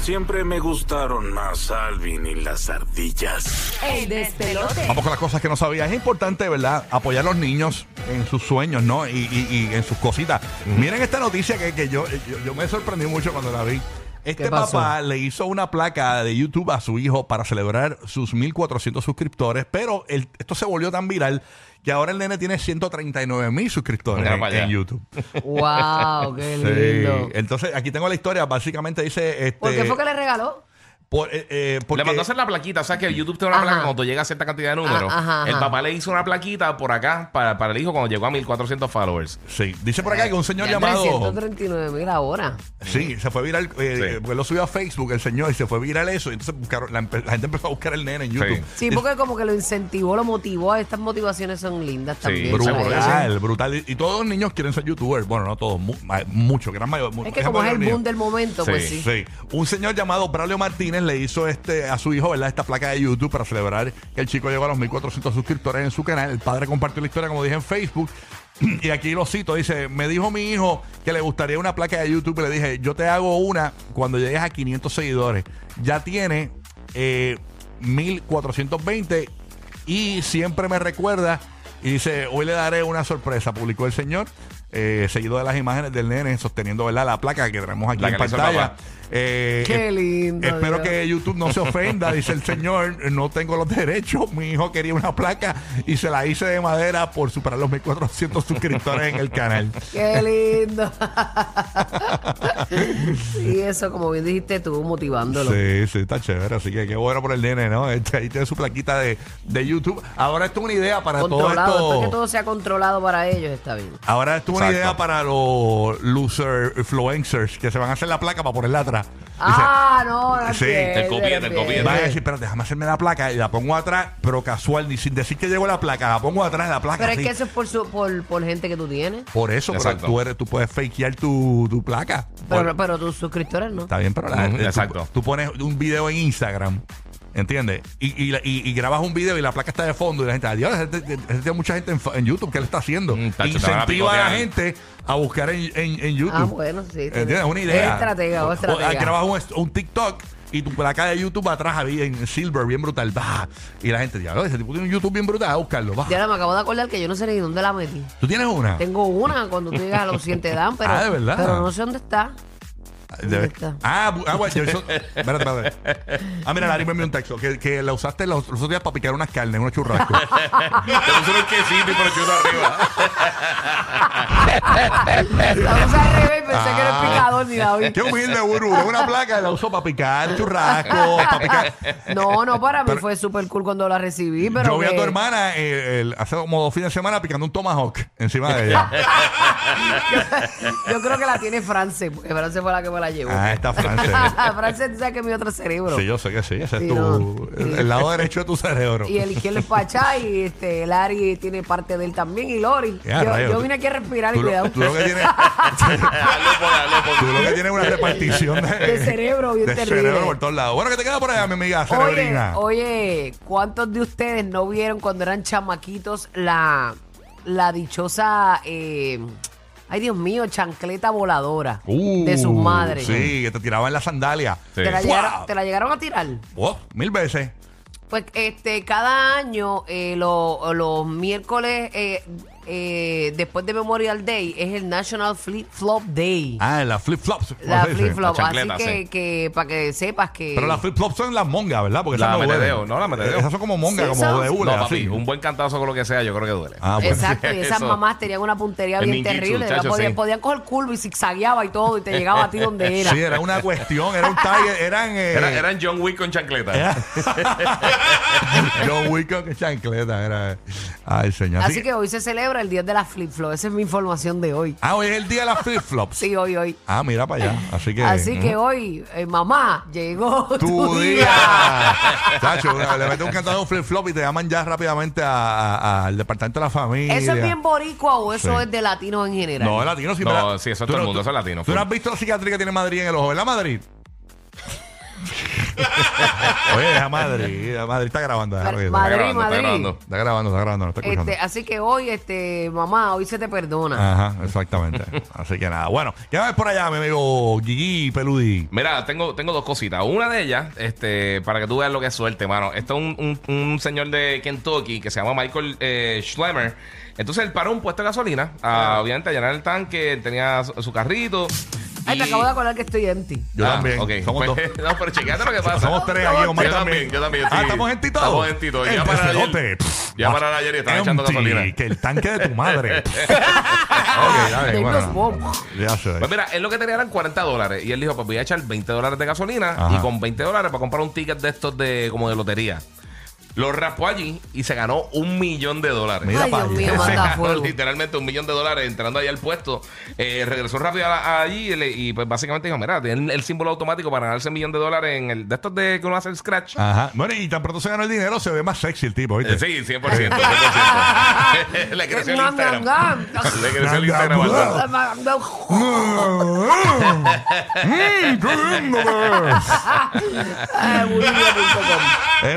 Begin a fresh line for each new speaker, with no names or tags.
Siempre me gustaron más Alvin y las ardillas.
El despelote.
Vamos con las cosas que no sabía. Es importante, ¿verdad? Apoyar a los niños en sus sueños, ¿no? Y, y- y en sus cositas. Miren esta noticia que, que yo, yo, yo me sorprendí mucho cuando la vi. Este
¿Qué pasó?
papá le hizo una placa de YouTube a su hijo para celebrar sus 1.400 suscriptores, pero el- esto se volvió tan viral que ahora el nene tiene 139 mil suscriptores
Mira
en,
para allá.
en YouTube.
¡Wow! ¡Qué lindo!
Sí. este Entonces, aquí tengo la historia. Básicamente dice... Este,
¿Por qué fue que le regaló?
por- eh, eh, porque-
Le mandó a hacer la plaquita, o sea que YouTube te da una
Ajá.
placa cuando llega a cierta cantidad de números.
Ah, ajá, ajá.
El papá le hizo una plaquita por acá para, para el hijo cuando llegó a 1400 followers.
Sí, dice por acá que un señor
Ya
llamado...
339 mil ahora.
Sí, se fue viral, eh,
Sí.
porque lo subió a Facebook el señor y se fue viral eso. Y entonces buscaron, la, empe- la gente empezó a buscar el nene en YouTube.
Sí, porque como que lo incentivó, lo motivó. Estas motivaciones son lindas también.
Sí,
¿sabes?
Brutal, brutal. Y, y todos los niños quieren ser youtubers. Bueno, no todos, mu- ma- muchos, gran mayor. mu-
Es que
gran
como es el
mayoría.
boom del momento, pues
Sí.
sí.
Sí. Un señor llamado Braulio Martínez le hizo este a su hijo, ¿verdad? Esta placa de YouTube para celebrar que el chico llegó a los 1400 suscriptores en su canal. El padre compartió la historia, como dije, en Facebook. Y aquí lo cito, dice, me dijo mi hijo que le gustaría una placa de YouTube y le dije, yo te hago una cuando llegues a 500 seguidores. Ya tiene eh, 1420 y siempre me recuerda y dice, hoy le daré una sorpresa, publicó el señor, eh, seguido de las imágenes del nene sosteniendo ¿verdad? la placa que tenemos aquí
La
en
que le hizo el
pantalla.
papá.
Eh,
Qué
eh,
lindo,
Espero
Dios.
que YouTube no se ofenda, dice el señor. No tengo los derechos. Mi hijo quería una placa y se la hice de madera por superar los 1400 suscriptores en el canal.
¡Qué lindo! y eso, como bien dijiste tú, motivándolo.
Sí, sí, está chévere. Así que qué bueno por el nene, ¿no? Este, ahí tiene su plaquita de, de YouTube. Ahora esto es una idea para todo
Controlado. Después que
esto.
todo sea controlado para ellos, está bien.
Ahora esto es una
Exacto.
idea para los loser influencers que se van a hacer la placa para ponerla atrás. Dice,
¡Ah, no! no
Sí,
entiendo,
te copié, te copié.
entiendo.
Van a decir, espérate, déjame hacerme la placa y la pongo atrás, pero casual, ni sin decir que llegó la placa, la pongo atrás de la placa.
Pero es
así.
que eso es por, su- por, por gente que tú tienes.
Por eso, pero
Exacto.
tú, eres, tú puedes fakear tu, tu placa. Por-
Pero, pero tus suscriptores no.
está bien, pero la-
Ujú,
tú-
exacto.
Tú, pones un video en Instagram, ¿entiendes? Y, y, la- y- y grabas un video y la placa está de fondo y la gente, adiós, este- este- este tiene mucha gente en, fa- en YouTube, ¿qué le está haciendo?
Mm, tacho, te van a
Incentiva a la
picotear.
gente a buscar en, en- en YouTube.
Ah, bueno, sí. tiene-
¿Entiendes? Una
es
idea.
Estratega, o
O-
estratega.
o grabas un, est- un TikTok y tu placa de YouTube atrás ahí en silver, bien brutal. bah. Y la gente, diablo, ese tipo tiene un YouTube bien brutal, a buscarlo. bah".
Ya me acabo de acordar que yo no sé ni dónde la metí.
¿Tú tienes una?
Tengo una cuando tú llegas a los 100 te dan, pero,
Ah, ¿de verdad?
pero no sé dónde está.
De-
¿Dónde está?
Ah, bu- ah, bueno, yo- eso- espérate, espérate. Ah, mira, Larry me envió un texto que, que la usaste los, los otros días para picar unas carnes, unos churrascos.
Te puso un quesito y por el chulo arriba.
La puse al revés y pensé que
Ah.
era el picador ni la vi.
Qué humilde, Buru. Una placa la usó para picar churrascos, para picar.
No, no, para mí
Pero-
fue súper cool cuando la recibí, pero
Yo vi a
que-
tu hermana eh, el- hace como dos fines de semana picando un tomahawk encima de ella.
yo creo que la tiene France, porque France fue la que me la llevó.
Ah, está francés.
France, tú sabes que es mi otro cerebro.
Sí, yo sé que sí. Ese
Sí,
es tu,
no.
el, el lado derecho de tu cerebro.
Y el izquierdo es Pachá y este, Larry tiene parte de él también y Lori.
Ya,
Yo,
rayos.
yo vine aquí a respirar y
Tú
cuidado.
lo, tú lo que tienes, tú lo que tienes es una repartición de,
De cerebro bien
de
terrible.
cerebro por todos lados. Bueno, que te queda por allá, mi amiga
Oye,
cerebrina.
oye, ¿cuántos de ustedes no vieron cuando eran chamaquitos la, la dichosa, eh, ay Dios mío, chancleta voladora de sus
Uh,
madres?
Sí, que te tiraban la sandalia.
Sí.
¿Te, la
¡Fua!
llegaron, te la llegaron a tirar?
Oh, mil veces.
Pues este, cada año, eh, lo- los miércoles eh, eh, después de Memorial Day, es el National Flip Flop Day.
Ah, las flip flops.
la flip flop.
La
Así
chancleta,
que,
sí.
que para que sepas que.
Pero las flip flops son las mongas, ¿verdad? Porque
La
esas no
metedeo,
duelen.
no, la metedeo.
Esas son como mongas,
Sí,
como
son.
de
No,
hule,
papi,
así.
un buen cantazo con lo que sea, yo creo que duele.
Ah, bueno.
Exacto, y esas
Eso.
mamás tenían una puntería
El
bien
ninjitsu,
terrible.
chacho,
podían,
sí.
podían coger curva y zigzagueaba y todo, y te llegaba a ti donde era.
Sí, era una cuestión, era un tiger, eran... eh,
Era- eran John Wick con chancleta.
Ah. John Wick con chancleta, era... Ay, señor.
Así que hoy se celebra el Día de las Flip Flops. Esa es mi información de hoy.
Ah, hoy es el día de las flip flops.
Sí, hoy, hoy.
Ah, mira para allá. Así que... mm,
Así que hoy, eh, mamá, llegó tu,
tu
día.
día. Chacho, una- le metes un cantado flip flop y te llaman ya rápidamente a- a- al departamento de la familia.
¿Eso es bien boricua o eso
Sí.
es de latino en general?
No, es latino. Sí,
No,
mira.
sí, eso
Tú
es todo el
no-
mundo,
tú-
eso es latino,
Tú no
full.
has visto la cicatriz que tiene Madrid en el ojo, ¿verdad, Madrid? Oye, a Madrid, a Madrid está grabando. déjalo que-
Madrid,
grabando, está
Madrid.
grabando.
Está grabando, está grabando, no está escuchando. Ah.
Este, así que hoy, este, mamá, hoy se te perdona.
Ajá, exactamente. Así que nada. Bueno, ¿qué más por allá, mi amigo Gigi Peludi?
Mira, tengo, tengo dos cositas. Una de ellas, este, para que tú veas lo que es suerte, mano. Esto es un, un- un señor de Kentucky que se llama Michael eh, Schlemmer. Entonces él paró un puesto de gasolina, a, obviamente a llenar el tanque, él tenía su, su carrito.
Ay, te
y-
acabo de acordar que estoy empty.
Yo
Ah,
también.
ok.
Somos
Pues,
dos.
No, pero chequéate lo que pasa.
Somos tres aquí, Omar
yo
también.
también, yo también,
Ah,
sí.
estamos en Tito.
Estamos en Tito.
El
Ya para ayer.
peserote. Pff,
Ya para ayer y estaba echando
empty,
gasolina.
Que el tanque de tu madre. Pff. Ah, ok, ya
Tengo
bien, bueno.
smoke.
Ya sé.
Pues mira, él lo que tenía eran 40 dólares. Y él dijo, pues voy a echar 20 dólares de gasolina
Ajá.
y con 20 dólares para comprar un ticket de estos de como de lotería. Lo raspó allí y se ganó un millón de dólares.
Mira
Ay,
pa'
Dios
allá.
mío,
Se
manda
ganó
fuego.
literalmente un millón de dólares entrando ahí al puesto. Eh, regresó rápido a la- allí y, le- y, pues básicamente dijo, mira, tienen el símbolo automático para ganarse un millón de dólares en el de estos de que uno hace el scratch.
Ajá. Bueno, y tan pronto se ganó el dinero, se ve más sexy el tipo, ¿viste?
Eh, Sí, 100%. 100%. Le creció el
Nam,
Instagram.
nam, nam.
Le creció el Instagram. al tanto.
Mm, qué lindo que es.
Ay, bulillo.com.